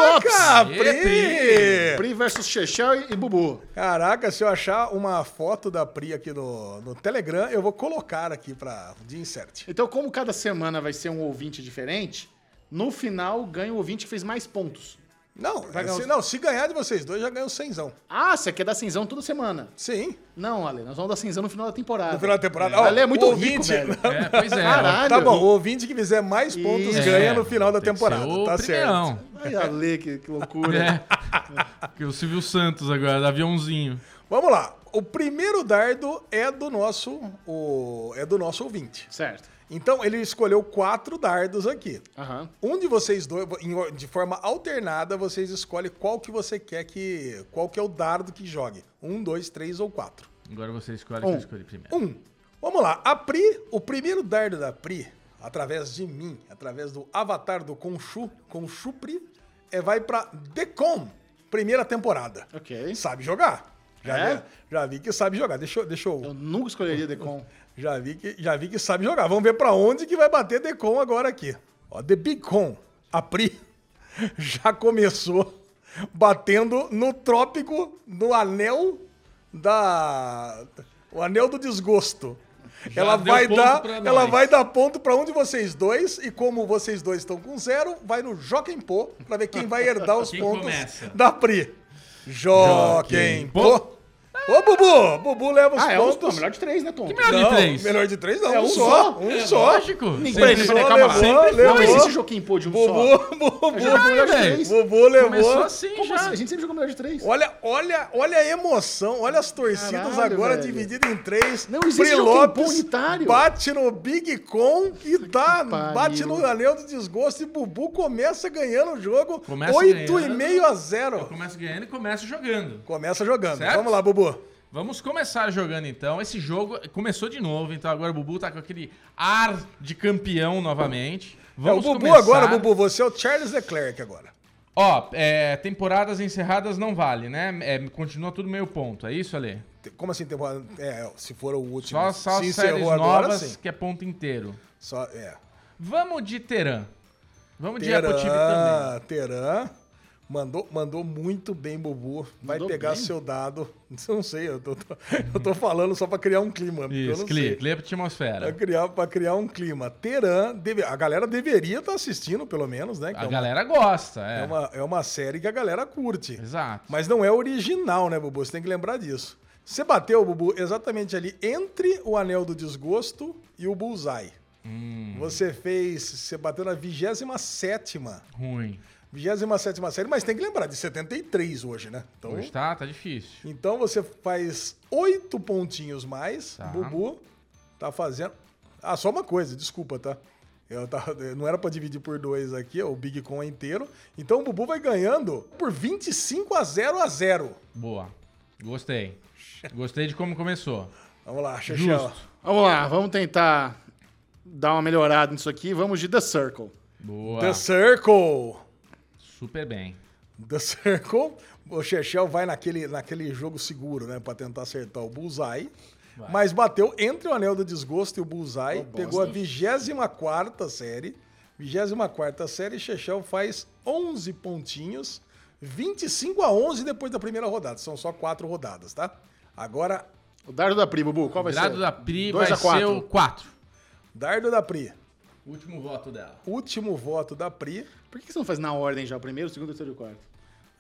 Speaker 1: Lopes!
Speaker 3: Pri!
Speaker 2: Ê,
Speaker 1: Pri versus Chechel e, e Bubu.
Speaker 3: Caraca, se eu achar uma foto da Pri aqui no, no Telegram, eu vou colocar aqui pra, de insert.
Speaker 1: Então, como cada semana vai ser um ouvinte diferente, no final ganha o ouvinte que fez mais pontos.
Speaker 3: Não,
Speaker 1: ganhar
Speaker 3: se,
Speaker 1: os-
Speaker 3: não, se ganhar de vocês dois, já ganha o cenzão.
Speaker 1: Ah, você quer dar cinzão toda semana.
Speaker 3: Sim.
Speaker 1: Não, Ale, nós vamos dar cinzão no final da temporada.
Speaker 3: No final da temporada.
Speaker 1: É. Ale é muito
Speaker 3: o né?
Speaker 1: rico, velho.
Speaker 2: É, pois é.
Speaker 1: Caralho.
Speaker 3: Tá bom, o ouvinte que fizer mais pontos
Speaker 1: Isso.
Speaker 3: ganha no final da
Speaker 2: tem que
Speaker 3: temporada,
Speaker 2: ser o
Speaker 3: tá certo.
Speaker 2: primeirão.
Speaker 1: Ai, Ale, que, que loucura.
Speaker 2: É. Que o Silvio Santos agora, aviãozinho.
Speaker 3: Vamos lá. O primeiro dardo é do nosso, o, é do nosso ouvinte.
Speaker 1: Certo.
Speaker 3: Então ele escolheu quatro dardos aqui.
Speaker 1: Aham.
Speaker 3: Um de vocês dois, em or- de forma alternada, vocês escolhem qual que você quer que, qual que é o dardo que jogue. Um, dois, três ou quatro.
Speaker 2: Agora você escolhe
Speaker 1: Um.
Speaker 2: quem escolhe primeiro.
Speaker 3: Um. Vamos lá. A Pri, o primeiro dardo da Pri, através de mim, através do avatar do Conchu, Conchu Pri, é, vai pra Decom, primeira temporada.
Speaker 1: Ok.
Speaker 3: Sabe jogar. Já,
Speaker 1: É? Então
Speaker 3: vi, já vi que sabe jogar. Deixa, eu- deixa eu...
Speaker 1: Eu nunca escolheria Decon.
Speaker 3: Já vi que, já vi que sabe jogar. Vamos ver pra onde que vai bater Decon agora aqui. Ó, The Big Con, a Pri, já começou batendo no trópico, no anel da... O anel do desgosto.
Speaker 2: Já
Speaker 3: ela
Speaker 2: deu
Speaker 3: vai
Speaker 2: ponto
Speaker 3: dar,
Speaker 2: pra
Speaker 3: ela
Speaker 2: nós.
Speaker 3: vai dar ponto pra um de vocês dois e como vocês dois estão com zero, vai no Joquem Pô pra ver quem vai herdar os
Speaker 2: Quem
Speaker 3: pontos
Speaker 2: começa?
Speaker 3: da Pri. Joquem
Speaker 2: Joquem Pô.
Speaker 3: Pô. Ô, Bubu! Bubu leva os
Speaker 1: Ah, é o
Speaker 3: pontos.
Speaker 1: o melhor de três, né, Tom?
Speaker 2: Que melhor de três?
Speaker 3: Melhor de três não,
Speaker 1: É
Speaker 3: um, só. Um só.
Speaker 2: Lógico.
Speaker 1: Peraí, peraí,
Speaker 2: Sempre-
Speaker 3: Levou,
Speaker 1: calma lá.
Speaker 3: levou,
Speaker 1: Não
Speaker 3: um. levou.
Speaker 1: existe Joaquim Pô de um só.
Speaker 3: Bubu, Bubu,
Speaker 1: É jogar o melhor de
Speaker 2: velho.
Speaker 1: três.
Speaker 3: Bubu
Speaker 2: Começou
Speaker 3: levou.
Speaker 2: assim
Speaker 1: Como
Speaker 2: já.
Speaker 1: assim? A gente sempre jogou melhor de três.
Speaker 3: Olha, olha, olha a emoção, olha as torcidas
Speaker 1: Caralho,
Speaker 3: agora
Speaker 1: velho.
Speaker 3: divididas em três.
Speaker 1: Não existe
Speaker 3: Pri
Speaker 1: Joaquim
Speaker 3: Lopes
Speaker 1: Pô unitário.
Speaker 3: Bate no Big Con e dá,
Speaker 1: pariu.
Speaker 3: bate no anel do desgosto e Bubu começa ganhando o jogo
Speaker 2: Começa
Speaker 3: 8,5 a
Speaker 2: Eu
Speaker 3: 0.
Speaker 2: começo ganhando e começo jogando.
Speaker 3: Começa jogando.
Speaker 2: Certo?
Speaker 3: Vamos lá, Bubu. É
Speaker 2: Vamos começar jogando então. Esse jogo começou de novo, então agora o Bubu tá com aquele ar de campeão novamente.
Speaker 3: É, o
Speaker 2: Vamos
Speaker 3: Bubu
Speaker 2: começar.
Speaker 3: agora, Bubu, você é o Charles Leclerc agora.
Speaker 2: Ó, é, temporadas encerradas não vale, né? É, continua tudo meio ponto, é isso, Ale?
Speaker 3: Te- Como assim temporada? É, se for o último.
Speaker 2: Só, só
Speaker 3: se
Speaker 2: séries
Speaker 3: encerrou
Speaker 2: novas
Speaker 3: agora, sim.
Speaker 2: que é ponto inteiro.
Speaker 3: Só, é.
Speaker 2: Vamos de Teran. Vamos de Apple TV é também.
Speaker 3: Teran, Teran. Mandou, mandou muito bem, Bubu. Vai
Speaker 1: Mandou
Speaker 3: pegar
Speaker 1: bem?
Speaker 3: seu dado. Eu não sei, eu tô, tô- eu tô falando só pra criar um clima. porque eu
Speaker 2: Isso,
Speaker 3: não
Speaker 2: Cli,
Speaker 3: sei.
Speaker 2: Cli é pra atmosfera.
Speaker 3: Pra criar, pra criar um clima. Teran, deve- a galera deveria estar assistindo, pelo menos, né? Que
Speaker 2: A
Speaker 3: é, uma,
Speaker 2: galera gosta, é.
Speaker 3: é, uma, é uma série que a galera curte.
Speaker 2: Exato.
Speaker 3: Mas não é original, né, Bubu? Você tem que lembrar disso. Você bateu, Bubu, exatamente ali entre o Anel do Desgosto e o Bullseye.
Speaker 2: Hum.
Speaker 3: Você fez. Você bateu na 27
Speaker 2: Ruim.
Speaker 3: 27 série, mas tem que lembrar de 73 hoje, né? Então,
Speaker 2: Hoje tá, tá difícil.
Speaker 3: então você faz 8 pontinhos mais.
Speaker 2: Tá.
Speaker 3: Bubu tá fazendo. Ah, só uma coisa, desculpa, tá? Eu tava- eu não era pra dividir por dois aqui, ó, o Big Con é inteiro. Então o Bubu vai ganhando por 25 a 0 a 0.
Speaker 2: Boa. Gostei. Gostei de como começou.
Speaker 3: Vamos lá, Xexel.
Speaker 1: Vamos lá, vamos tentar dar uma melhorada nisso aqui. Vamos de The Circle.
Speaker 2: Boa.
Speaker 3: The Circle.
Speaker 2: Super bem.
Speaker 3: The Circle. O Chechel vai naquele, naquele jogo seguro, né? Pra tentar acertar o Bullseye. Mas bateu entre o Anel do Desgosto e o Bullseye. pegou a 24 série. 24 série, Chechel faz 11 pontinhos. 25 a 11 depois da primeira rodada. São só quatro rodadas, tá? Agora,
Speaker 1: O dardo da Pri, Bubu, qual vai
Speaker 2: Grado
Speaker 1: ser?
Speaker 2: da Pri
Speaker 1: Dois
Speaker 2: vai
Speaker 1: a quatro.
Speaker 2: ser o 4.
Speaker 3: Dardo da Pri.
Speaker 2: Último voto dela.
Speaker 3: Último voto da Pri.
Speaker 1: Por que você não faz na ordem já? O primeiro, o segundo, o terceiro e o quarto?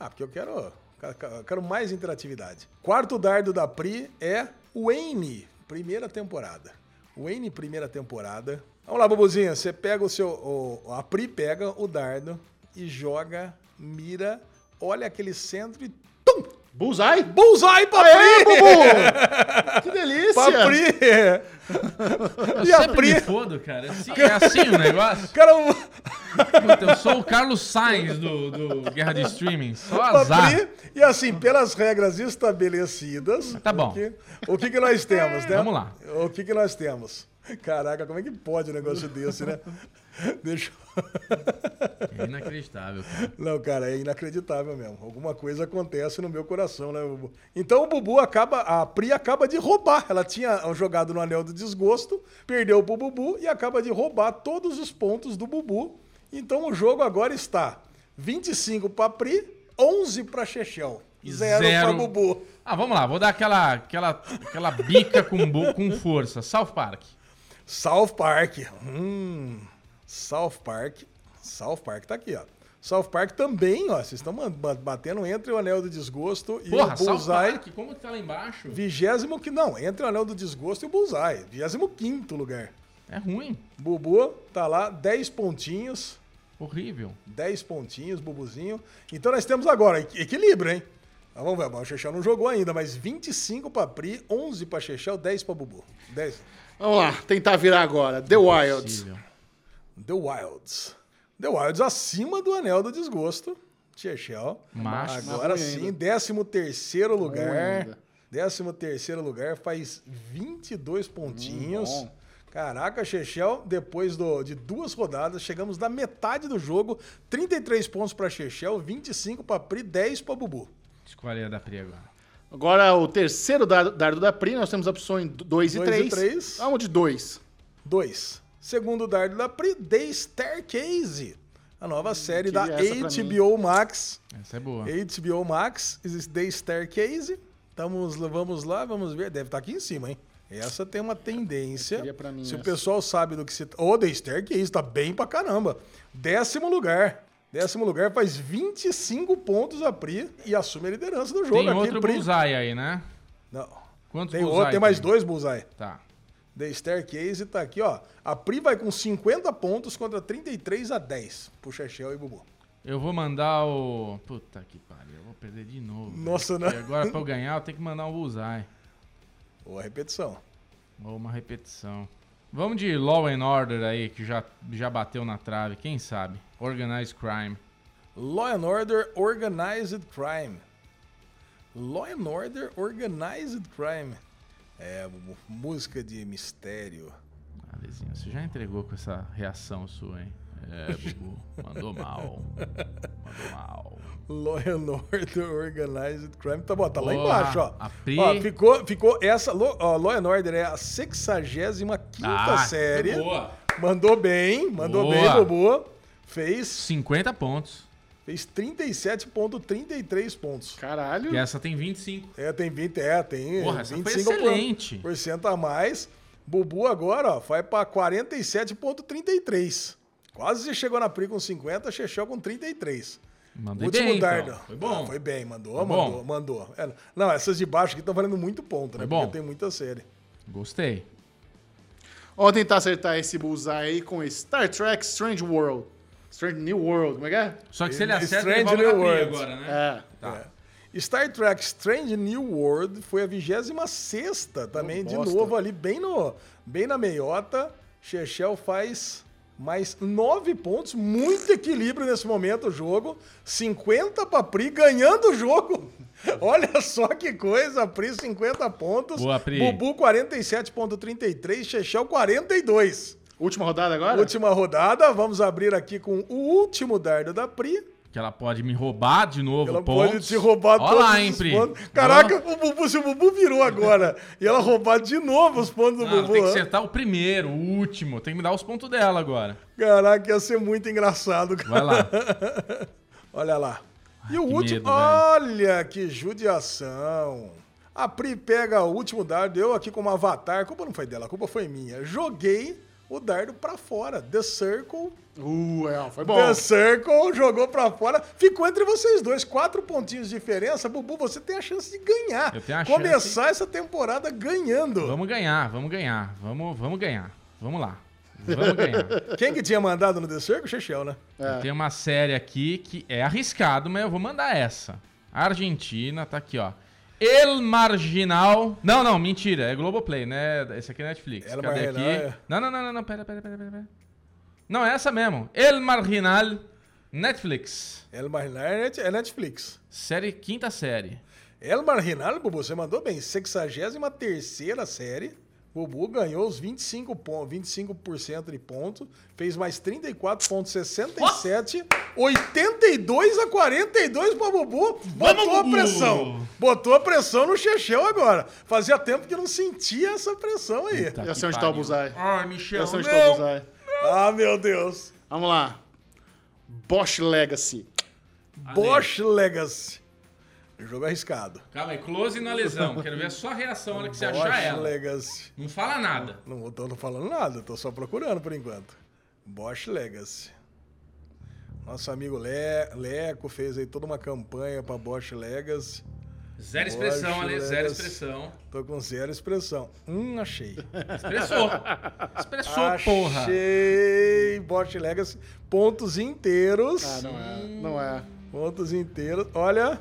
Speaker 3: Ah, porque eu quero, eu quero mais interatividade. Quarto dardo da Pri é o Wayne, primeira temporada. Wayne, primeira temporada. Vamos lá, Bubuzinho, você pega o seu... o- a Pri pega o dardo e joga, mira, olha aquele centro e... Tum!
Speaker 1: Bullseye?
Speaker 3: Bullseye pra
Speaker 1: Aê,
Speaker 3: Pri!
Speaker 1: Bubu! que delícia!
Speaker 3: Pra Pri!
Speaker 2: Eu
Speaker 3: E a
Speaker 2: sempre
Speaker 3: Pri-
Speaker 2: me fodo, cara. É assim, é assim o negócio.
Speaker 3: Cara,
Speaker 2: Puta, eu sou o Carlos Sainz do, do Guerra de Streaming. Só
Speaker 3: Tá,
Speaker 2: azar.
Speaker 3: abrir e assim, pelas regras estabelecidas.
Speaker 2: Tá bom.
Speaker 3: O que, o que, que nós temos, né?
Speaker 2: Vamos lá.
Speaker 3: O que, que nós temos? Caraca, como é que pode um negócio desse, né? Deixa eu.
Speaker 2: É inacreditável, cara.
Speaker 3: Não, cara, é inacreditável mesmo. Alguma coisa acontece no meu coração, né, Bubu? Então o Bubu acaba, a Pri acaba de roubar. Ela tinha jogado no Anel do Desgosto, perdeu pro Bubu e acaba de roubar todos os pontos do Bubu. Então o jogo agora está 25 pra Pri, 11 pra Chechel. Zero, pra
Speaker 2: Zero.
Speaker 3: Bubu.
Speaker 2: Ah, vamos lá. Vou dar aquela, aquela, aquela bica com, bo- com força. South Park.
Speaker 3: South Park. Hum. South Park. South Park tá aqui, ó. South Park também, ó. Vocês estão man- ba- batendo entre o Anel do Desgosto e
Speaker 2: Porra,
Speaker 3: o
Speaker 2: South
Speaker 3: Bullseye.
Speaker 2: Park. Como que tá lá embaixo?
Speaker 3: Vigésimo que não, entre o Anel do Desgosto e o Bullseye. 25 lugar.
Speaker 2: É ruim.
Speaker 3: Bubu tá lá, 10 pontinhos.
Speaker 2: Horrível.
Speaker 3: 10 pontinhos, Bubuzinho. Então nós temos agora equ- equilíbrio, hein? Mas vamos ver, bom, o Chechel não jogou ainda, mas 25 pra Pri, 11 pra Chechel, 10 pra Bubu. 10.
Speaker 1: Vamos lá, tentar virar agora. The Wilds.
Speaker 2: Horrível.
Speaker 3: The Wilds. The Wilds acima do Anel do Desgosto. Chechel.
Speaker 2: Mas-
Speaker 3: Agora
Speaker 1: mas ruim
Speaker 3: sim,
Speaker 1: ainda.
Speaker 3: 13 terceiro lugar.
Speaker 1: ainda.
Speaker 3: 13 terceiro lugar faz 22 pontinhos.
Speaker 1: Hum, bom.
Speaker 3: Caraca, Chechel, depois do- de duas rodadas, chegamos na metade do jogo. 33 pontos pra Chechel, 25 pra Pri, 10 pra Bubu.
Speaker 2: Escolha da Pri agora.
Speaker 1: Agora o terceiro da- dardo da Pri, nós temos opções 2 e
Speaker 3: Dois e
Speaker 1: 3.
Speaker 3: três.
Speaker 1: Vamos de 2.
Speaker 3: 2. Segundo dardo da Pri, The Staircase. A nova série da
Speaker 1: queria Hum, é essa pra mim.
Speaker 3: HBO Max.
Speaker 2: Essa é boa.
Speaker 3: HBO Max, existe The Staircase. Tamos, vamos lá, vamos ver. Deve estar aqui em cima, hein? Essa tem uma tendência.
Speaker 1: queria pra mim
Speaker 3: se o
Speaker 1: essa.
Speaker 3: pessoal sabe do que se. Ô, The Staircase, tá bem pra caramba. Décimo lugar. Décimo lugar faz 25 pontos a Pri e assume a liderança do jogo.
Speaker 2: Tem
Speaker 3: aqui,
Speaker 2: outro
Speaker 3: Pri.
Speaker 2: Bullseye aí, né?
Speaker 3: Não.
Speaker 2: Quantos
Speaker 3: Tem, outro,
Speaker 2: Bullseye
Speaker 3: tem mais
Speaker 2: tem?
Speaker 3: dois Bullseye.
Speaker 2: Tá.
Speaker 3: The Staircase tá aqui, ó. A Pri vai com 50 pontos contra 33 a 10. Puxa, Shell e Bubu.
Speaker 2: Eu vou mandar o. Puta que pariu, eu vou perder de novo.
Speaker 3: Nossa, né?
Speaker 2: velho.
Speaker 3: não.
Speaker 2: E agora pra eu ganhar, eu tenho que mandar um Bullseye.
Speaker 3: Ou a repetição.
Speaker 2: Ou uma repetição. Vamos de Law and Order aí, que já, já bateu na trave, quem sabe? Organized Crime.
Speaker 3: Law and Order Organized Crime. Law and Order Organized Crime. É, mu- música de mistério.
Speaker 2: Ah, Lezinha, você já entregou com essa reação sua, hein? É, Bubu, mandou mal. Mandou mal.
Speaker 3: Law and Order Organized Crime. Tá bom, tá lá
Speaker 2: Boa,
Speaker 3: embaixo, ó.
Speaker 2: a Pri.
Speaker 3: Ó, ficou, ficou essa. Lo- ó, Law and Order é a 65
Speaker 2: Ah,
Speaker 3: série.
Speaker 2: Boa!
Speaker 3: Mandou bem, mandou
Speaker 2: Boa.
Speaker 3: bem, Bobo. Fez,
Speaker 2: 50 pontos.
Speaker 3: fez 37,33 pontos.
Speaker 1: Caralho.
Speaker 2: E essa tem 25.
Speaker 3: É, tem 20, é, tem
Speaker 2: Porra, essa foi excelente.
Speaker 3: por cento a mais. Bubu agora, ó, vai pra 47.33. Quase chegou na Pri com 50, Chechel com 33.
Speaker 2: Mandei bem, então. Foi bom.
Speaker 3: Ah, foi bem, mandou,
Speaker 2: Foi
Speaker 3: mandou,
Speaker 2: bom.
Speaker 3: mandou. É, não, essas de baixo aqui estão valendo muito ponto, né?
Speaker 2: Foi bom.
Speaker 3: Porque tem muita série.
Speaker 2: Gostei.
Speaker 1: Vamos tentar acertar esse bullseye aí com Star Trek Strange World. Strange New World, como é que é?
Speaker 2: Só que se ele
Speaker 3: Strange
Speaker 2: acerta, ele volta
Speaker 3: New
Speaker 2: na Pri
Speaker 3: Worlds.
Speaker 2: agora, né?
Speaker 1: É.
Speaker 3: É. Star Trek Strange New World foi a 26 também, de
Speaker 1: bosta.
Speaker 3: novo ali, bem, no, bem na meiota. Chechel faz mais 9 pontos, muito equilíbrio nesse momento o jogo. 50 pra Pri, ganhando o jogo. Olha só que coisa, Pri 50 pontos,
Speaker 2: Boa, Pri.
Speaker 3: Bubu 47.33, Chechel 42.
Speaker 1: Última rodada agora?
Speaker 3: Última rodada, vamos abrir aqui com o último dardo da Pri.
Speaker 2: Que ela pode me roubar de novo
Speaker 3: Ela
Speaker 2: pontos.
Speaker 3: pode te roubar
Speaker 2: Olha
Speaker 3: todos
Speaker 2: lá, hein,
Speaker 3: os
Speaker 2: Pri.
Speaker 3: pontos. Caraca, o Bubu, se o Bubu virou agora e ela roubar de novo os pontos do
Speaker 2: Não, ela
Speaker 3: Bubu,
Speaker 2: tem que
Speaker 3: ó.
Speaker 2: acertar o primeiro, o último. Tem que me dar os pontos dela agora.
Speaker 3: caraca, ia ser muito engraçado. cara.
Speaker 2: Vai lá.
Speaker 3: Olha lá. E o
Speaker 2: que
Speaker 3: último,
Speaker 2: medo, né? velho.
Speaker 3: olha que judiação. A Pri pega o último dardo, eu aqui como avatar, a culpa não foi dela, a culpa foi minha. Joguei o dardo pra fora, The Circle
Speaker 1: Uh, é, foi bom.
Speaker 3: The Circle jogou pra fora. Ficou entre vocês dois. Quatro pontinhos de diferença. Bubu, você tem a chance de ganhar.
Speaker 2: Eu tenho a
Speaker 3: Começar
Speaker 2: chance.
Speaker 3: essa temporada ganhando.
Speaker 2: Vamos ganhar, vamos ganhar. Vamos, vamos ganhar. Vamos lá. Vamos ganhar.
Speaker 3: Quem que tinha mandado no The Circle? Chechel, né?
Speaker 1: É.
Speaker 2: Tem uma série aqui que é arriscado, mas eu vou mandar essa. A Argentina tá aqui, ó. El Marginal. Não, não, mentira. É Globoplay, né? Esse aqui é Netflix.
Speaker 3: El
Speaker 2: Cadê
Speaker 3: Marginal,
Speaker 2: aqui?
Speaker 3: é.
Speaker 2: Não, não, não, não, não. Pera, pera, pera, pera. pera. Não, é essa mesmo. El Marginal, Netflix.
Speaker 3: El Marginal é net- é Netflix.
Speaker 2: Série, quinta série.
Speaker 3: El Marginal, Bubu, você mandou bem. 63ª série. Bubu ganhou os 25 pontos, 25% de ponto. Fez mais 34,67. 82 a 42 pra Bubu. Botou
Speaker 2: Vamos,
Speaker 3: a
Speaker 2: Bubu!
Speaker 3: pressão. Botou a pressão no Chechel agora. Fazia tempo que não sentia essa pressão aí.
Speaker 2: Puta
Speaker 1: Já
Speaker 2: que
Speaker 1: sei onde tá
Speaker 2: pariu.
Speaker 1: o Buzai.
Speaker 2: Ai, Michel,
Speaker 1: Já sei onde tá o
Speaker 2: não.
Speaker 1: Buzai.
Speaker 3: Ah, meu Deus.
Speaker 1: Vamos lá. Bosch Legacy.
Speaker 3: Bosch Legacy. Jogo arriscado.
Speaker 2: Calma aí, close na lesão. Quero ver só a reação na hora que você achar
Speaker 3: Bosch
Speaker 2: ela.
Speaker 3: Legacy.
Speaker 2: Não fala nada.
Speaker 3: Não tô, tô falando nada, tô só procurando por enquanto. Bosch Legacy. Nosso amigo Le- Leco fez aí toda uma campanha pra Bosch Legacy.
Speaker 2: Zero expressão,
Speaker 3: Bosch
Speaker 2: Ale, zero
Speaker 3: Legacy.
Speaker 2: expressão.
Speaker 3: Tô com zero expressão. Hum, achei.
Speaker 2: Expressou. Expressou, porra.
Speaker 3: Achei Bosch Legacy. Pontos inteiros.
Speaker 1: Ah, não é. Não é.
Speaker 3: Pontos inteiros. Olha,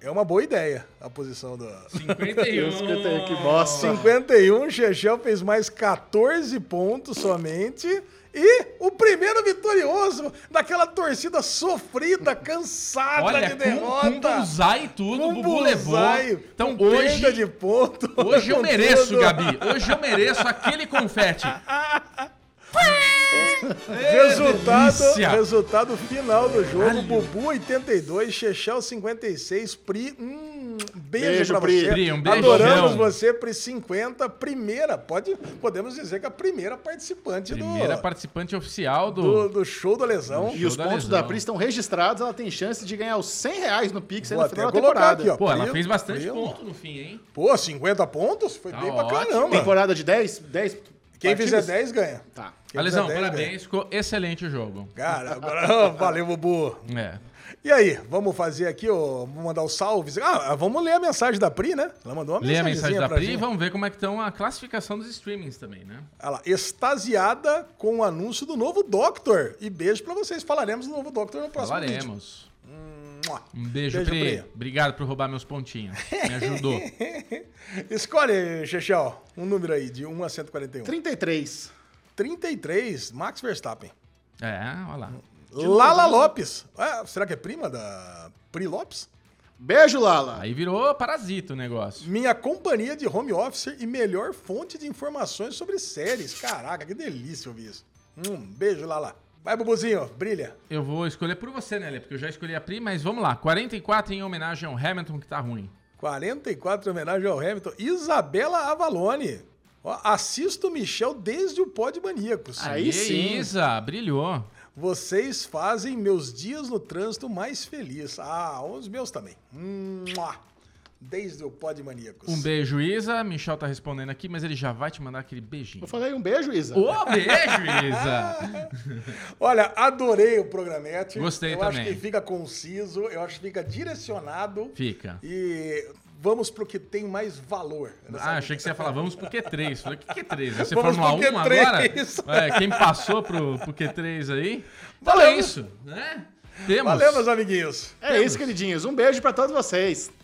Speaker 3: é uma boa ideia a posição do...
Speaker 2: 51.
Speaker 1: Eu escutei, que bosta.
Speaker 3: 51, Chechel um, fez mais 14 pontos somente. E o primeiro vitorioso daquela torcida sofrida, cansada de
Speaker 2: Olha,
Speaker 3: derrota.
Speaker 2: com, com buzai e tudo, o
Speaker 3: Com
Speaker 2: Bubu levou.
Speaker 3: bullseye,
Speaker 2: Então
Speaker 3: com perda
Speaker 2: hoje,
Speaker 3: de ponto.
Speaker 2: hoje eu
Speaker 3: com
Speaker 2: mereço,
Speaker 3: tudo.
Speaker 2: Gabi. Hoje eu mereço aquele confete.
Speaker 3: Resultado,
Speaker 2: delícia.
Speaker 3: resultado final do jogo: Bubu 82, Chechel 56, Pri. Hum, beijo,
Speaker 1: Beijo,
Speaker 3: pra
Speaker 1: Pri.
Speaker 3: você.
Speaker 2: Pri, um beijão.
Speaker 3: Adoramos você, Pri 50, primeira. Pode, podemos dizer que é a primeira participante
Speaker 2: Primeira
Speaker 3: do,
Speaker 2: participante oficial do...
Speaker 3: do, do show da lesão.
Speaker 1: E
Speaker 2: Show
Speaker 1: os
Speaker 2: da
Speaker 1: pontos
Speaker 2: lesão.
Speaker 1: da Pri estão registrados. Ela tem chance de ganhar os 100 reais no Pix aí
Speaker 3: Vou
Speaker 1: no
Speaker 3: até
Speaker 1: final da
Speaker 3: colocar
Speaker 1: temporada.
Speaker 3: aqui, ó.
Speaker 2: Pô, ela
Speaker 3: Pri-
Speaker 2: fez bastante
Speaker 3: Pri-
Speaker 2: ponto no fim, hein?
Speaker 3: Pô, 50 pontos? Foi
Speaker 2: Tá
Speaker 3: bem pra
Speaker 2: ótimo.
Speaker 3: caramba.
Speaker 1: Temporada de 10? 10
Speaker 3: Quem
Speaker 1: partidas?
Speaker 3: fizer 10 ganha.
Speaker 1: Tá.
Speaker 3: Quem né?
Speaker 2: Alesão,
Speaker 3: fizer 10 ganha.
Speaker 2: parabéns. Ficou excelente o jogo.
Speaker 3: Cara, agora, valeu, Bubu.
Speaker 2: É.
Speaker 3: E aí, vamos fazer aqui, ó, vamos mandar os salves. Ah, vamos ler a mensagem da Pri, né? Ela mandou uma
Speaker 2: Lê a mensagem
Speaker 3: mensagenzinha
Speaker 2: da
Speaker 3: pra
Speaker 2: Pri e
Speaker 3: gente.
Speaker 2: vamos ver como é que estão a classificação dos streamings também, né?
Speaker 3: Olha lá, extasiada com o anúncio do novo Doctor. E beijo pra vocês. Falaremos do novo Doctor no próximo vídeo.
Speaker 2: Falaremos.
Speaker 3: Mua.
Speaker 2: Um beijo,
Speaker 3: Beijo,
Speaker 2: Pri.
Speaker 3: Pri.
Speaker 2: Obrigado por roubar meus pontinhos. Me ajudou.
Speaker 3: Escolhe, Chechel, um número aí, de 1 a 141.
Speaker 1: 33.
Speaker 3: 33, Max Verstappen.
Speaker 2: É, olha lá.
Speaker 3: Lala Lopes. Ah, será que é prima da Pri Lopes?
Speaker 1: Beijo, Lala.
Speaker 2: Aí virou parasita o negócio.
Speaker 3: Minha companhia de home office e melhor fonte de informações sobre séries. Caraca, que delícia ouvir isso. Hum, beijo, Lala. Vai, Bubuzinho, brilha.
Speaker 2: Eu vou escolher por você, né, Lê? Porque eu já escolhi a Pri, mas vamos lá. 44 em homenagem ao Hamilton, que tá ruim.
Speaker 3: 44 em homenagem ao Hamilton. Isabela Avalone. Ó, assisto o Michel desde o Pod Maníacos.
Speaker 1: Aí
Speaker 2: Aê,
Speaker 1: sim.
Speaker 2: Isa, brilhou.
Speaker 3: Vocês fazem meus dias no trânsito mais feliz. Ah, os meus também. Mua. Desde o Pod Maníacos.
Speaker 2: Um beijo, Isa. Michel tá respondendo aqui, mas ele já vai te mandar aquele beijinho.
Speaker 1: Eu falei um beijo, Isa.
Speaker 2: Ô, beijo, Isa!
Speaker 3: Olha, adorei o programete.
Speaker 2: Gostei
Speaker 3: eu acho
Speaker 2: também.
Speaker 3: que fica conciso, eu acho que fica direcionado.
Speaker 2: Fica.
Speaker 3: E vamos pro que tem mais valor. nessa
Speaker 2: Ah,
Speaker 3: vida.
Speaker 2: achei que você ia falar, vamos pro Q3. Falei, que Q3? Você
Speaker 3: Vamos
Speaker 2: Fórmula 1
Speaker 3: pro
Speaker 2: agora?
Speaker 3: Q3.
Speaker 2: É, quem passou pro, pro Q3 aí? Então
Speaker 3: Valeu.
Speaker 2: é isso, né? Temos.
Speaker 3: Valeu, meus amiguinhos.
Speaker 1: É isso, queridinhos. Um beijo pra todos vocês.